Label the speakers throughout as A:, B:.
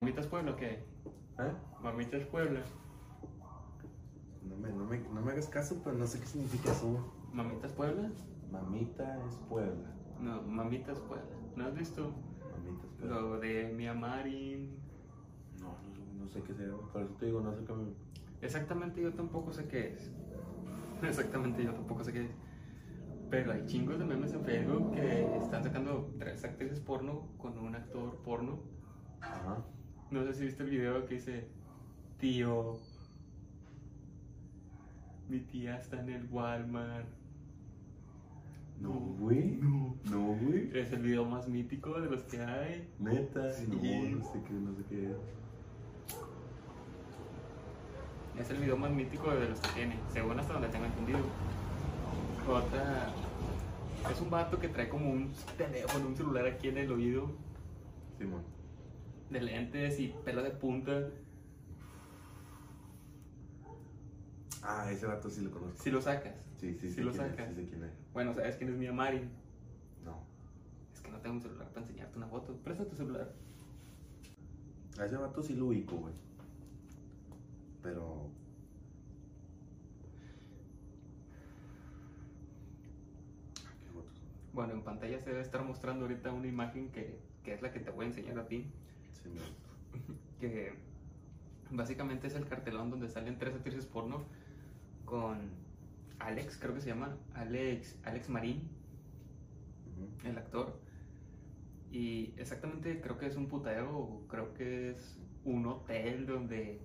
A: ¿Mamitas Puebla o qué?
B: ¿Eh?
A: Mamitas Puebla.
B: No, me, no, me, no me hagas caso, pero no sé qué significa eso.
A: ¿Mamitas Puebla?
B: Mamita es Puebla.
A: No, Mamitas Puebla. ¿No has visto?
B: Mamita es Puebla.
A: Lo de Mia Marin.
B: No, no, no sé qué será. Por eso te digo, no sé qué me.
A: Exactamente yo tampoco sé qué es. Exactamente yo tampoco sé qué es. Pero hay chingos de memes en Facebook que están sacando tres actrices porno con un actor porno.
B: Ajá.
A: No sé si viste el video que dice, tío, mi tía está en el Walmart.
B: No, güey.
A: No.
B: No, güey.
A: Es el video más mítico de los que hay.
B: Neta.
A: Sí.
B: No, no sé qué, no sé qué es.
A: Es el video más mítico de los que tiene, según hasta donde tengo entendido. Otra. Es un vato que trae como un teléfono, un celular aquí en el oído,
B: Simón.
A: de lentes y pelo de punta.
B: Ah, ese vato sí lo conozco.
A: Si lo sacas.
B: Sí, sí, sí.
A: Sí
B: sé
A: lo
B: quién es,
A: sacas.
B: Sí, sé quién es.
A: Bueno, ¿sabes quién es Mia Mari?
B: No.
A: Es que no tengo un celular para enseñarte una foto. Presta tu celular.
B: A ese vato sí lo ubico, güey. Pero. Ah, qué fotos.
A: Bueno, en pantalla se debe estar mostrando ahorita una imagen que, que es la que te voy a enseñar a ti.
B: Simón.
A: que básicamente es el cartelón donde salen tres actrices porno con Alex, creo que se llama, Alex, Alex Marín,
B: Ujú.
A: el actor. Y exactamente creo que es un putero, creo que es un hotel donde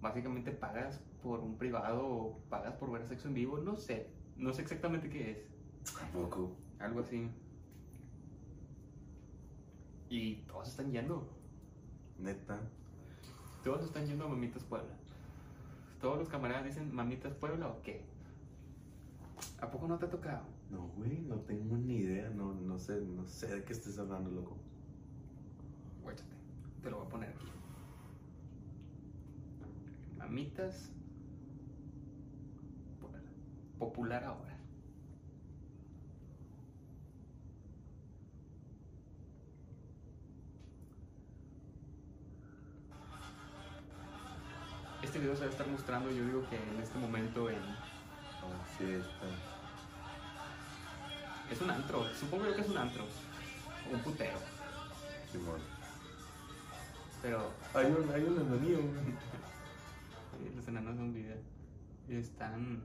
A: básicamente pagas por un privado o pagas por ver sexo en vivo, no sé, no sé exactamente qué es.
B: ¿A poco?
A: Algo así. Y todos están yendo.
B: Neta.
A: Todos están yendo a Mamitas Puebla. Todos los camaradas dicen Mamitas Puebla o qué. ¿A poco no te ha tocado?
B: No, güey, no tengo ni idea. No, no sé, no sé de qué estés hablando, loco.
A: Guáchate, te lo voy a poner aquí. Mamitas Puebla. Popular ahora. Este video se va a estar mostrando, yo digo que en este momento en
B: Ah, sí, está.
A: Es un antro, supongo yo que es un antro. Un putero.
B: Simón.
A: Pero
B: Hay un, hay un enemigo, güey.
A: eh, los enanos son vida. Y están.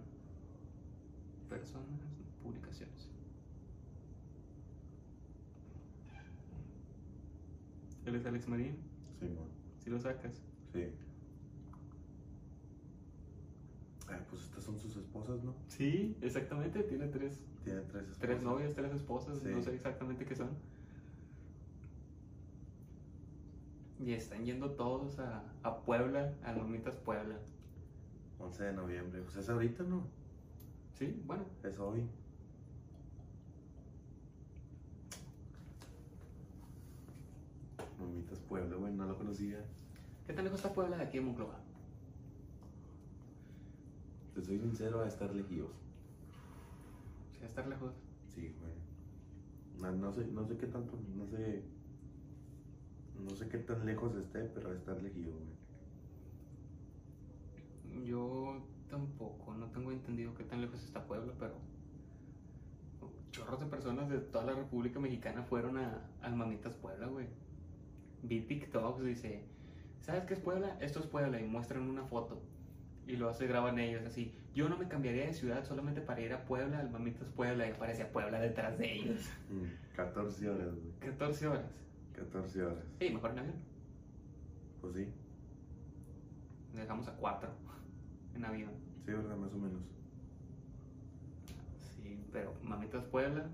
A: Personas, publicaciones. Él es Alex Marín,
B: Simón.
A: si lo sacas.
B: Sí. Ah, pues estas son sus esposas, ¿no?
A: Sí, exactamente, tiene tres,
B: Tiene tres esposas.
A: tres novias, tres esposas,
B: Sí.
A: no sé exactamente qué son. Y están yendo todos a, a Puebla, a Lomitas Puebla.
B: 11 de noviembre. Pues es ahorita, ¿no?
A: Sí, bueno,
B: Es hoy. Mamitas Puebla, güey, no lo conocía.
A: ¿Qué tan lejos está Puebla de aquí de Monclova?
B: Te soy sincero, a estar lejos.
A: Sí, va a estar lejos.
B: Sí, güey. No, no sé, no sé qué tanto, no sé. No sé qué tan lejos esté, pero a estar elegido, güey.
A: Yo tampoco, no tengo entendido qué tan lejos está Puebla, pero chorros de personas de toda la República Mexicana fueron a, a Mamitas Puebla, güey. Vi TikToks, dice, ¿sabes qué es Puebla? Esto es Puebla y muestran una foto. Y luego se graban ellos así. Yo no me cambiaría de ciudad solamente para ir a Puebla, al Mamitas Puebla, y aparecía Puebla detrás de ellos.
B: Mm, 14 horas, güey.
A: 14 horas.
B: 14 horas.
A: Sí, mejor en avión.
B: Pues sí,
A: Dejamos a 4 en avión.
B: sí, verdad, más o menos.
A: Sí, pero Mamitas Puebla,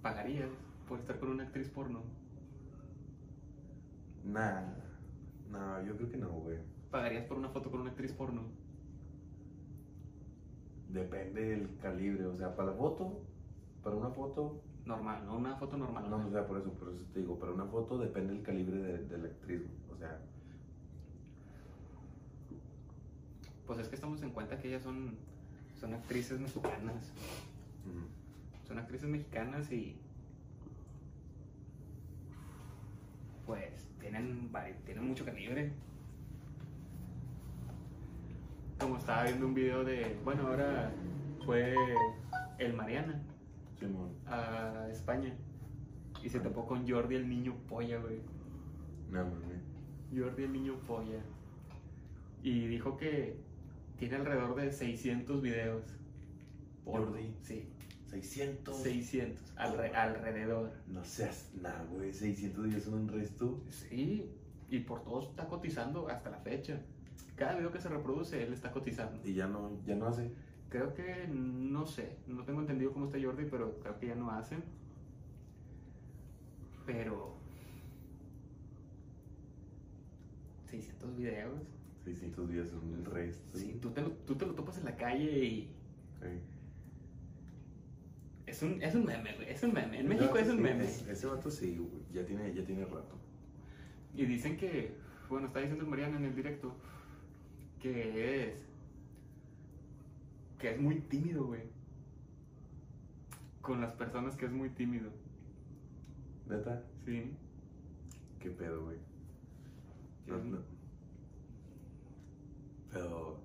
A: pagarías por estar con una actriz porno.
B: Nah. No, yo creo que no, güey.
A: Pagarías por una foto con una actriz porno.
B: Depende del calibre, o sea, para la foto, para una foto,
A: Normal, ¿no? Una foto normal.
B: no, pues, o sea, por eso, por eso te digo, para una foto depende del calibre de, de la actriz, güey. o sea,
A: Pues es que estamos en cuenta que ellas son, son actrices mexicanas.
B: mm,
A: Son actrices mexicanas y. pues tienen, vari- tienen mucho calibre. Como estaba viendo un video de, bueno, ahora fue el Mariana
B: Simón.
A: a España y se topó con Jordi el niño polla, güey.
B: No mames.
A: Jordi el niño polla. Y dijo que tiene alrededor de 600 videos.
B: Jordi.
A: Sí,
B: 600.
A: 600. alre- alrededor.
B: No seas nada, güey. 600 días son un resto.
A: Sí, y por todos está cotizando hasta la fecha. Cada video que se reproduce, él está cotizando.
B: Y ya no, ya no hace.
A: Creo que, no sé, no tengo entendido cómo está Jordi, pero creo que ya no hacen. Pero... 600 videos.
B: 600 días son un resto.
A: Sí, tú te lo, tú te lo topas en la calle y...
B: Ey.
A: Es un, es un meme, güey, es un meme. En México es un
B: Sí,
A: meme.
B: es- ese vato sí, güey. Ya tiene, ya tiene rato.
A: Y dicen que, bueno, está diciendo el Mariano en el directo, que es, que es muy tímido, güey. Con las personas que es muy tímido,
B: ¿Neta?
A: ¿sí?
B: ¿Qué pedo, güey?
A: Que
B: No,
A: es-
B: no. Pero.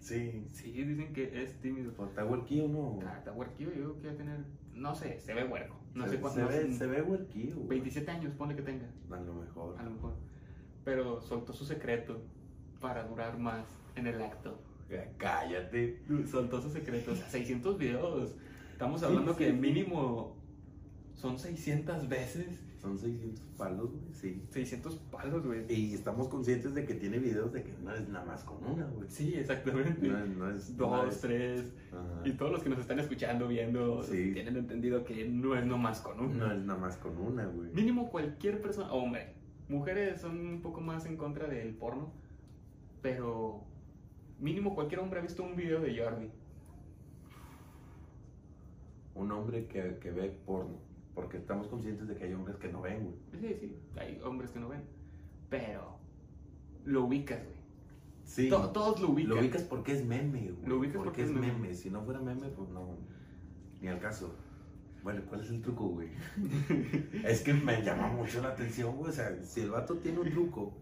B: Sí.
A: Sí, dicen que es tímido.
B: ¿Pero ¿Está huerquillo o no?
A: Está, está huerquillo, yo quiero tener, no sé, se ve huerco. Ah, No
B: se,
A: sé cuánto.
B: se
A: no sé,
B: ve, se ve huerquillo, güey.
A: 27 años, ponle que tenga,
B: A lo mejor.
A: a lo mejor. Pero soltó su secreto para durar más en el acto.
B: Ya, Cállate.
A: Soltó sus secretos. 600 videos. Estamos
B: Sí,
A: hablando
B: sí,
A: que
B: sí.
A: mínimo son 600 veces.
B: Son 600 palos, güey. Sí.
A: 600 palos, güey.
B: Y estamos conscientes de que tiene videos de que no es nada más con una, güey.
A: Sí, exactamente.
B: No, es- no es. no
A: Dos,
B: es-
A: tres.
B: ajá.
A: Y todos los que nos están escuchando, viendo,
B: Sí.
A: tienen entendido que no es nomás con uno.
B: No es nada más con una, güey.
A: Mínimo cualquier persona, hombre, mujeres son un poco más en contra del porno, pero mínimo cualquier hombre ha visto un video de Jordi.
B: Un hombre que, que ve porno. Porque estamos conscientes de que hay hombres que no ven, güey.
A: Sí, sí, hay hombres que no ven, pero lo ubicas, güey.
B: Sí.
A: To- todos lo ubican.
B: Lo ubicas porque es meme, güey.
A: Lo ubicas porque
B: porque,
A: es
B: es
A: meme.
B: meme. Si no fuera meme, pues no. Ni al caso. Bueno, ¿cuál es el truco, güey? es que me llama mucho la atención, güey. O sea, si el vato tiene un truco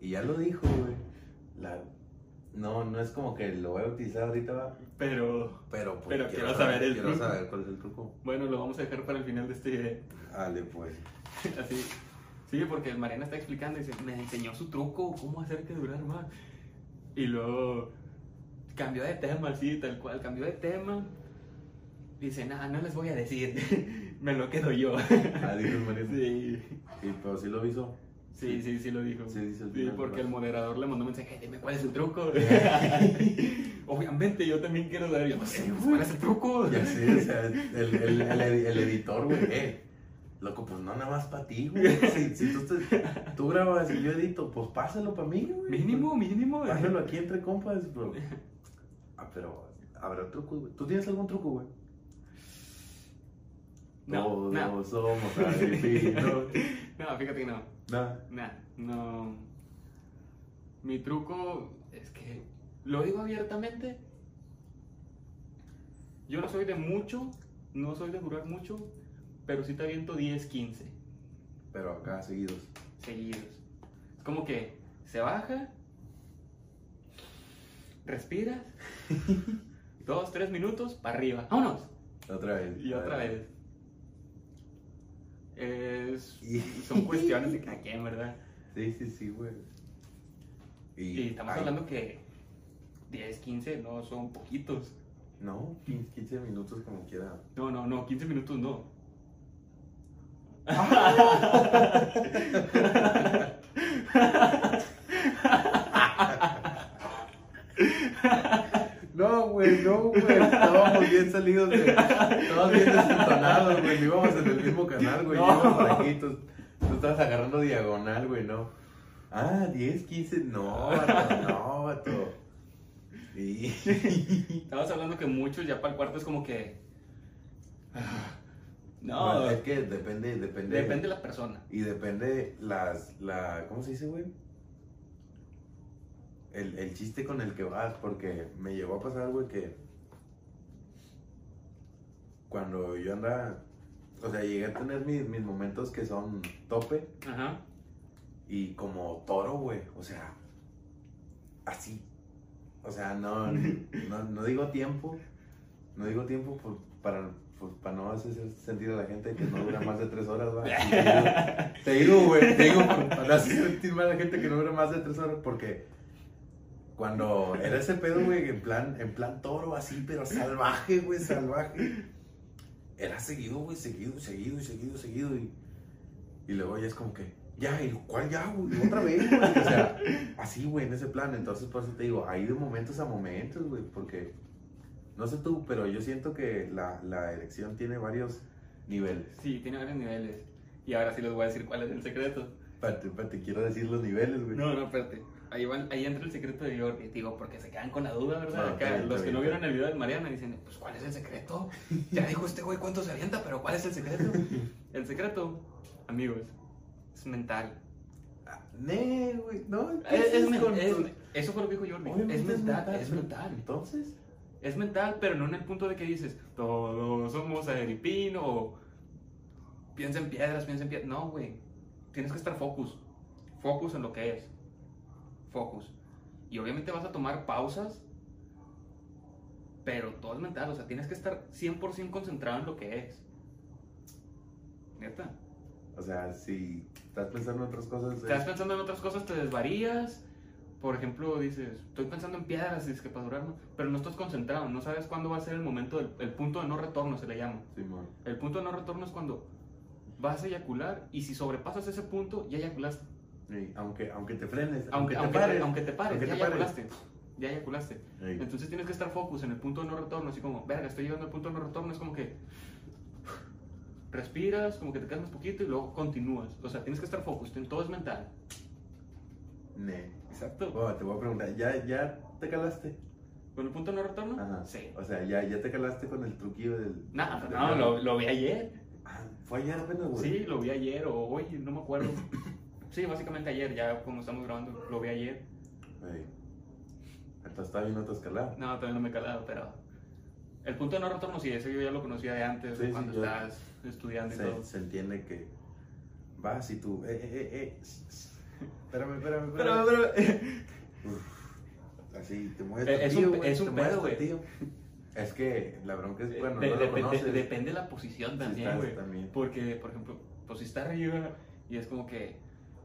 B: y ya lo dijo, güey. La... No, no es como que lo voy a utilizar ahorita, va.
A: Pero
B: Pero, pues,
A: Pero quiero saber el
B: quiero
A: truco.
B: saber cuál es el truco.
A: bueno, lo vamos a dejar para el final de este.
B: Dale, pues.
A: Así. Sí, porque el Mariana está explicando y dice: Me enseñó su truco, cómo hacer que durar más. Y luego cambió de tema, así, tal cual. Cambió de tema. Dice: Nada, no les voy a decir. Me lo quedo yo.
B: Ah, dijo el marido. Sí.
A: Sí,
B: pero sí lo avisó.
A: sí, sí, sí lo dijo.
B: Sí, dice el
A: Sí,
B: final,
A: porque
B: pues.
A: el moderador le mandó un mensaje, dime cuál es el truco. Obviamente yo también quiero saber, yo no sé, pues, cuál es el truco.
B: Ya sé, o sea, el, el, el, edi- el editor, güey, eh, loco, pues no nada más para ti, güey. Si, si tú, te- tú grabas y yo edito, pues pásalo para mí, güey.
A: Mínimo, mínimo.
B: Pásalo aquí entre compas, bro. Ah, pero habrá trucos, güey. ¿Tú tienes algún truco, güey?
A: No,
B: Todos
A: no.
B: somos adivinos.
A: No, fíjate que no.
B: Nada.
A: Nah, no. Mi truco es que lo digo abiertamente. Yo no soy de mucho, no soy de durar mucho, pero sí te aviento 10, 15
B: Pero acá seguidos.
A: seguidos. Es como que se baja, respiras, dos, tres minutos, para arriba, vámonos.
B: Otra vez.
A: Y otra vez. Es-
B: Y-
A: son cuestiones de cada quien, ¿verdad?
B: Sí, sí, sí, güey.
A: Y estamos
B: ay,
A: hablando que 10, 15 no son poquitos.
B: No, 15 15 minutos como quiera.
A: No, no, no, 15 minutos no.
B: No, güey, no, güey. Estábamos bien salidos, de, Estábamos bien desentonados, güey. Íbamos en el mismo canal, güey.
A: No.
B: Yo iba por aquí, tú, tú estabas agarrando diagonal, güey, no. Ah, 10, 15. No, vato, no, vato. Sí.
A: Estabas hablando que muchos ya para el cuarto es como que. ah, No,
B: Bueno, es que depende, depende.
A: depende de la persona.
B: Y depende las. La, ¿Cómo se dice, güey? El, el chiste con el que vas, porque me llegó a pasar, güey, que. Cuando yo andaba. O sea, llegué a tener mis, mis momentos que son tope,
A: Ajá.
B: Y como toro, güey. O sea, así. O sea, no, no, no digo tiempo. No digo tiempo por- para, por- para no hacer sentir a la gente que no dura más de tres horas, va. Te digo, güey, te digo, para no hacer sentir mal a la gente que no dura más de tres horas, porque cuando era ese pedo, güey, en plan, en plan toro, así, pero salvaje, güey, salvaje. Era seguido, güey, seguido, seguido, seguido, seguido. Y, y luego ya es como que, ya, y lo cual ya, güey, otra vez, güey. O sea, así, güey, en ese plan. Entonces, por eso te digo, hay de momentos a momentos, güey, porque no sé tú, pero yo siento que la, la erección tiene varios niveles.
A: Sí, tiene varios niveles. Y ahora sí les voy a decir cuál es el secreto.
B: Espérate, espérate, quiero decir los niveles, güey.
A: No, no, espérate. Ahí, van, ahí entra el secreto de Jordi, digo, porque se quedan con la duda, ¿verdad?
B: Ah,
A: Acá,
B: está bien,
A: los
B: está
A: que no
B: bien,
A: vieron
B: está
A: el video de Mariana dicen, pues, ¿cuál es el secreto? Ya dijo este güey cuánto se avienta, pero ¿cuál es el secreto? el secreto, amigos, es mental.
B: Ne, güey, no. ¿qué
A: Es- es
B: haces
A: men-
B: con
A: es-
B: tu-
A: eso fue lo que dijo Jordi.
B: Obviamente
A: Es mental, es
B: güey.
A: mental.
B: Entonces,
A: Es mental, pero no en el punto de que dices, todos somos agripino o piensa en piedras, piensa en piedras. No, güey. Tienes que estar focus. Focus en lo que es. Focus. Y obviamente vas a tomar pausas, pero todo es mental. O sea, tienes que estar 100% concentrado en lo que es. Neta.
B: o sea, si estás pensando en otras cosas,
A: Estás
B: eh,
A: pensando en otras cosas, te desvarías. Por ejemplo, dices, estoy pensando en piedras, dices que para durar, ¿no? pero no estás concentrado, no sabes cuándo va a ser el momento, del, el punto de no retorno se le llama.
B: Simón.
A: El punto de no retorno es cuando vas a eyacular y si sobrepasas ese punto, ya eyaculaste.
B: Sí, aunque, aunque te frenes,
A: Aunque,
B: aunque, te
A: aunque
B: pares.
A: aunque te pares,
B: aunque
A: ya
B: te pares.
A: eyaculaste. Ya eyaculaste.
B: Ey,
A: Entonces tienes que estar focus en el punto de no retorno, así como, verga, estoy llegando al punto de no retorno, es como que respiras, como que te calmas poquito y luego continúas. O sea, tienes que estar focus, en todo es mental.
B: ne.
A: Exacto.
B: Oh, te voy a preguntar, ¿ya, ya te calaste?
A: ¿Con el punto de no retorno?
B: Ajá.
A: Sí.
B: O sea, ¿ya, ya te calaste con el truquillo del.
A: Nah,
B: del-
A: no, lo, lo vi ayer.
B: Ah, fue ayer apenas, güey.
A: Sí, lo vi ayer o hoy, no me acuerdo. Sí, básicamente ayer, ya como estamos grabando, lo vi ayer.
B: Ey. Entonces todavía no te has calado.
A: No, todavía no me he calado, pero. El punto de no retorno, sí, ese yo ya lo conocía de antes,
B: Sí, sí,
A: cuando
B: yo-
A: estabas estudiando y todo.
B: Se, se entiende que vas y tú. Eh, eh, eh, eh. s- s- Espérame, espérame, espérame.
A: Pero, pero.
B: Así, te mueves.
A: Eh, es
B: tantillo,
A: un-
B: güey,
A: es un
B: te mueves
A: pedo, güey. Eh,
B: tantillo. Es que la bronca es, bueno,
A: de-
B: no
A: de-
B: lo
A: de-
B: conoces.
A: depende la posición también,
B: estás
A: güey.
B: también.
A: Porque, por ejemplo, pues si está arriba y es como que.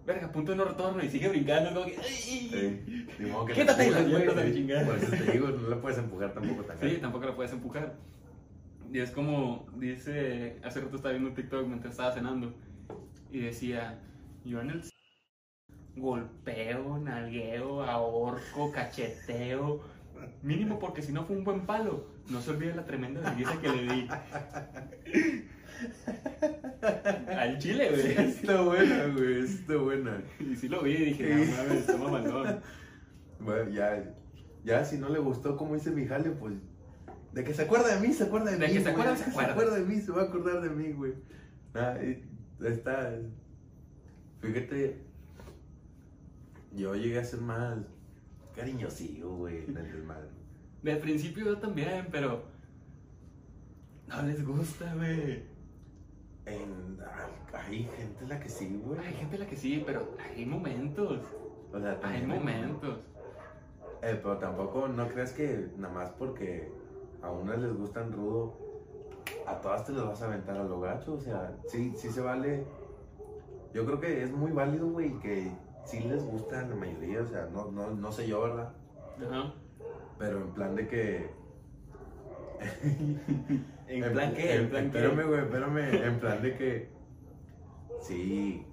A: Verga, punto de no retorno y sigue brincando, es como que. ¡ay!
B: Sí, ni modo que
A: Quítate,
B: la empujes,
A: quítate,
B: güey.
A: chingada.
B: Por eso te digo, no la puedes empujar tampoco tan
A: Sí,
B: grande.
A: tampoco la puedes empujar. Y es como dice, hace rato estaba viendo un TikTok mientras estaba cenando y decía, yo en el s- golpeo, nalgueo, ahorco, cacheteo, mínimo porque si no fue un buen palo, no se olvide la tremenda belleza que le di. Al chile, güey.
B: Está buena, güey, está buena.
A: Y sí lo vi y dije, no mames, toma malón.
B: Bueno, ya, ya si no le gustó cómo hice mi jale, pues. De que se acuerda de mí, se acuerda de,
A: De
B: mí.
A: que se
B: güey,
A: acuerda,
B: de
A: se
B: que
A: acuerda.
B: de mí, se va a acordar de mí, güey. Nah, y- está. Fíjate. Yo llegué a ser más cariñosillo, güey, en el desmadre.
A: De principio yo también, pero no les gusta, güey.
B: En- ay, hay gente a la que sí, güey.
A: Hay gente a la que sí, pero hay momentos.
B: O sea,
A: Hay
B: también
A: momentos.
B: Eh, pero tampoco, no creas que nada más porque a unas les gustan rudo, a todas te las vas a aventar a lo gacho. O sea, sí, sí se vale. Yo creo que es muy válido, güey, que sí les gusta a la mayoría. O sea, no, no, no sé yo, ¿verdad?
A: Ajá.
B: Pero en plan de que.
A: ¿En plan qué?
B: en-
A: ¿En plan
B: Espérame,
A: qué?
B: güey, espérame. En plan de que. Sí,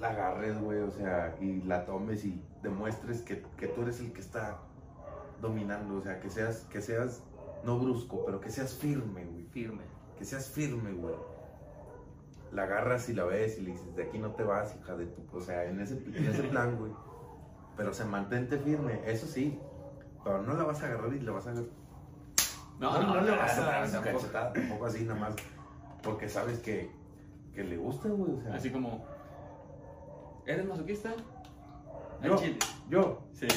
B: la agarres, güey, o sea, y la tomes y demuestres que, que tú eres el que está dominando, o sea, que seas, que seas, no brusco, pero que seas firme, güey.
A: Firme.
B: Que seas firme, güey. La agarras y la ves y le dices, de aquí no te vas, hija de tu. O sea, en ese, en ese plan, güey. Pero se mantente firme, eso sí. Pero no la vas a agarrar y la vas a no, no, le vas a dar esa
A: tampoco.
B: cachetada tampoco así nada más. Porque sabes que, que le gusta, güey. O sea,
A: Así como. ¿Eres masoquista? Al
B: Yo.
A: chile.
B: yo.
A: Sí.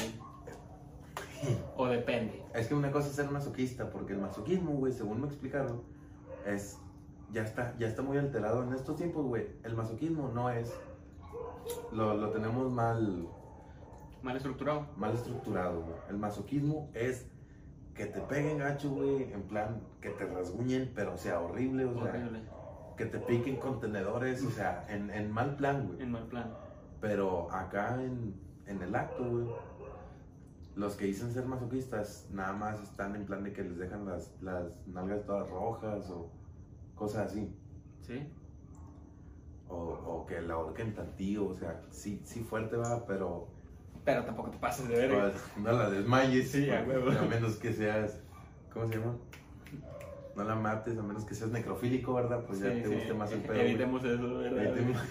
A: O depende.
B: Es que una cosa es ser masoquista, porque el masoquismo, güey, según me explicaron, es. Ya está, ya está muy alterado en estos tiempos, güey. El masoquismo no es lo, lo tenemos mal,
A: Mal estructurado.
B: mal estructurado, güey. El masoquismo es que te peguen gacho, güey, en plan que te rasguñen, pero o sea horrible, o sea,
A: Horrible.
B: que te piquen contenedores, o sea, en, en mal plan, güey.
A: En mal plan.
B: Pero acá en, en el acto, güey, los que dicen ser masoquistas nada más están en plan de que les dejan las, las nalgas todas rojas o cosas así.
A: ¿Sí?
B: O, o que la ahorquen tantío, o sea, sí, sí fuerte va, pero
A: Pero tampoco te pases de verga.
B: no, no la desmayes.
A: Sí, a huevo.
B: A menos que seas, ¿cómo se llama? No la mates, a menos que seas necrofílico, ¿verdad? Pues ya
A: Sí,
B: te
A: sí,
B: guste más el
A: e-
B: pedo. güey.
A: Evitemos eso, ¿verdad?
B: Evitemos.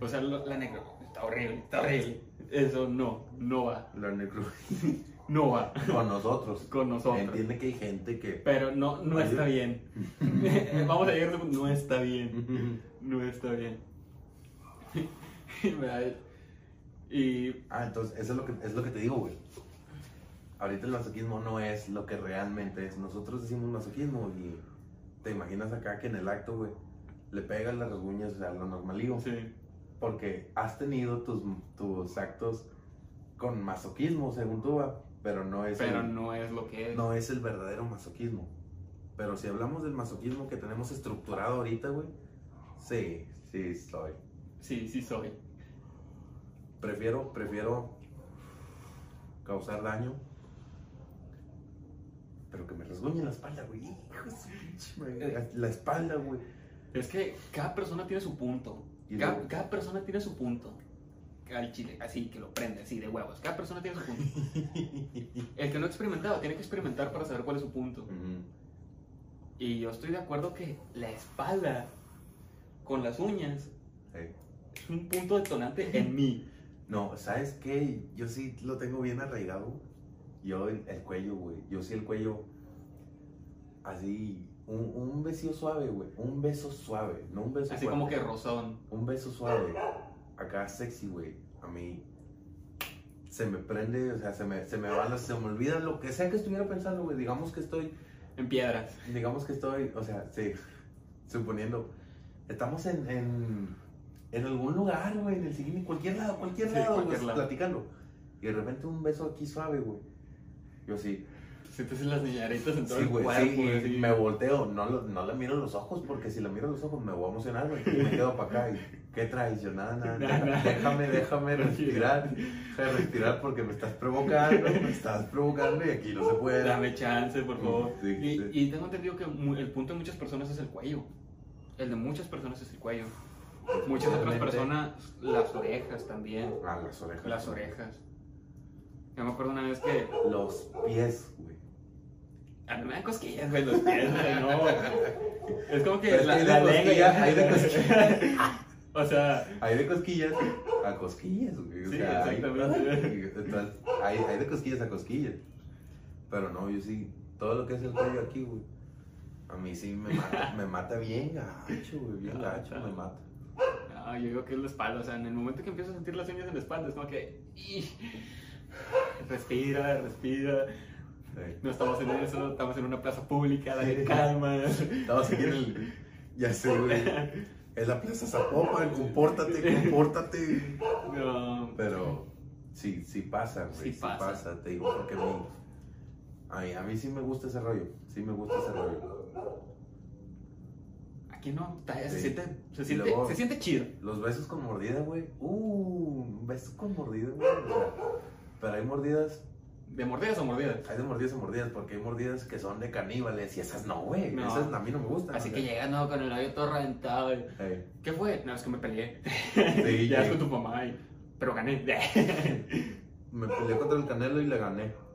A: O sea, lo- la negra está horrible, está horrible. Eso no, no va,
B: La necro...
A: no va
B: Con nosotros.
A: con nosotros.
B: Entiende que hay gente que...
A: Pero no, no
B: Ayú-
A: está bien. Vamos a llegar a ese punto, no está bien, no está bien. Y me da- y
B: Ah, entonces, eso es lo que, es lo que te digo, güey. Ahorita el masoquismo no es lo que realmente es. Nosotros decimos masoquismo y te imaginas acá que en el acto, güey, le pegas las rasguñas, o sea, lo normalío.
A: sí,
B: Porque has tenido tus, tus actos con masoquismo, según tú, va, pero no es,
A: pero
B: el,
A: no es lo que es.
B: no es el verdadero masoquismo. Pero si hablamos del masoquismo que tenemos estructurado ahorita, güey, sí, sí, estoy.
A: Sí, sí soy.
B: Prefiero, prefiero causar daño. Pero que me rasguñen la espalda, güey. Hijo de su pinche madre. La, la espalda, güey.
A: Es que cada persona tiene su punto.
B: Y
A: Ca-
B: luego-
A: Cada, persona tiene su punto. Al chile, así que lo prende, así de huevos. Cada persona tiene su punto. El que no ha experimentado tiene que experimentar para saber cuál es su punto.
B: Ujú.
A: Y yo estoy de acuerdo que la espalda con las uñas
B: Sí.
A: es un punto detonante en mí.
B: No, ¿sabes qué? Yo sí lo tengo bien arraigado. Yo el, el cuello, güey. Yo sí el cuello. Así. Un, un besillo suave, güey. Un beso suave. No un beso
A: Así
B: fuerte.
A: como que rozón.
B: Un beso suave. Acá sexy, güey. A mí se me prende, o sea, se me, se me va, la- se me olvida lo que sea que estuviera pensando, güey. Digamos que estoy,
A: En piedras.
B: digamos que estoy, o sea, sí, suponiendo. Estamos en, en, en algún lugar, güey, en el siguiente, cualquier lado, cualquier
A: Sí,
B: lado,
A: cualquier
B: güey,
A: lado.
B: platicando. Y de repente un beso aquí suave, güey. Yo sí,
A: Sientes las niñaritas en todo
B: sí,
A: el
B: güey,
A: cuerpo.
B: sí, y
A: así.
B: me volteo, no, lo- no le miro los ojos, porque si le miro los ojos me voy a emocionar, güey, y me quedo para acá, y, ¿qué traes? Yo, nada, nada,
A: Nada,
B: deja-
A: nada.
B: déjame, déjame respirar, déjame respirar porque me estás provocando, me estás provocando y aquí no se puede.
A: Dame chance, por favor.
B: Sí,
A: y,
B: sí.
A: y tengo entendido que mu- el punto de muchas personas es el cuello. El de muchas personas es el cuello. Muchas otras
B: Realmente,
A: personas, las orejas también.
B: Ah, las orejas.
A: Las orejas. Yo me acuerdo una vez que
B: Los pies, güey.
A: A mí Ah, me dan cosquillas, güey, Pues los pies, güey, no. Es como que
B: Pero es que
A: la,
B: hay de
A: la
B: cosquillas,
A: lengua.
B: hay de cosquillas.
A: o sea,
B: Hay de cosquillas a cosquillas, güey. o
A: Sí,
B: sea, hay-
A: exactamente.
B: entonces, hay, hay de cosquillas a cosquillas. Pero no, yo sí, todo lo que es el cuello aquí, güey. A mí sí me mata, me mata bien gacho, güey.
A: Ah,
B: Bien gacho, me mata.
A: no, yo digo que es la espalda. O sea, en el momento que empiezo a sentir las uñas en la espalda, es como que. "Ih". Respira, respira.
B: Sí.
A: No estamos en eso, estamos en una plaza pública, dale
B: Sí.
A: calma.
B: Estamos aquí en el. Ya sé, güey. Es la plaza Zapopan, compórtate, compórtate.
A: No.
B: Pero sí, sí pasa, güey.
A: Sí
B: sí
A: pasa.
B: pasa, te digo, porque a mí, a mí, a mí sí me gusta ese rollo. Sí me gusta ese rollo.
A: Aquí no, está- se,
B: Sí.
A: siente, se,
B: Y
A: siente,
B: luego-
A: se siente chido.
B: Los besos con mordida, güey. Uh, besos con mordida, güey. O sea, pero hay mordidas,
A: ¿De mordidas o mordidas?
B: hay de mordidas a mordidas, porque hay mordidas que son de caníbales y esas no, güey.
A: No.
B: Esas a mí no me gustan.
A: Así
B: o
A: que
B: sea.
A: llegas, no, con el labio todo reventado. y,
B: Ey,
A: ¿Qué fue? No, es que me peleé.
B: Sí,
A: ya es con
B: sí.
A: tu mamá, y- pero gané.
B: me peleé contra el canelo y le gané.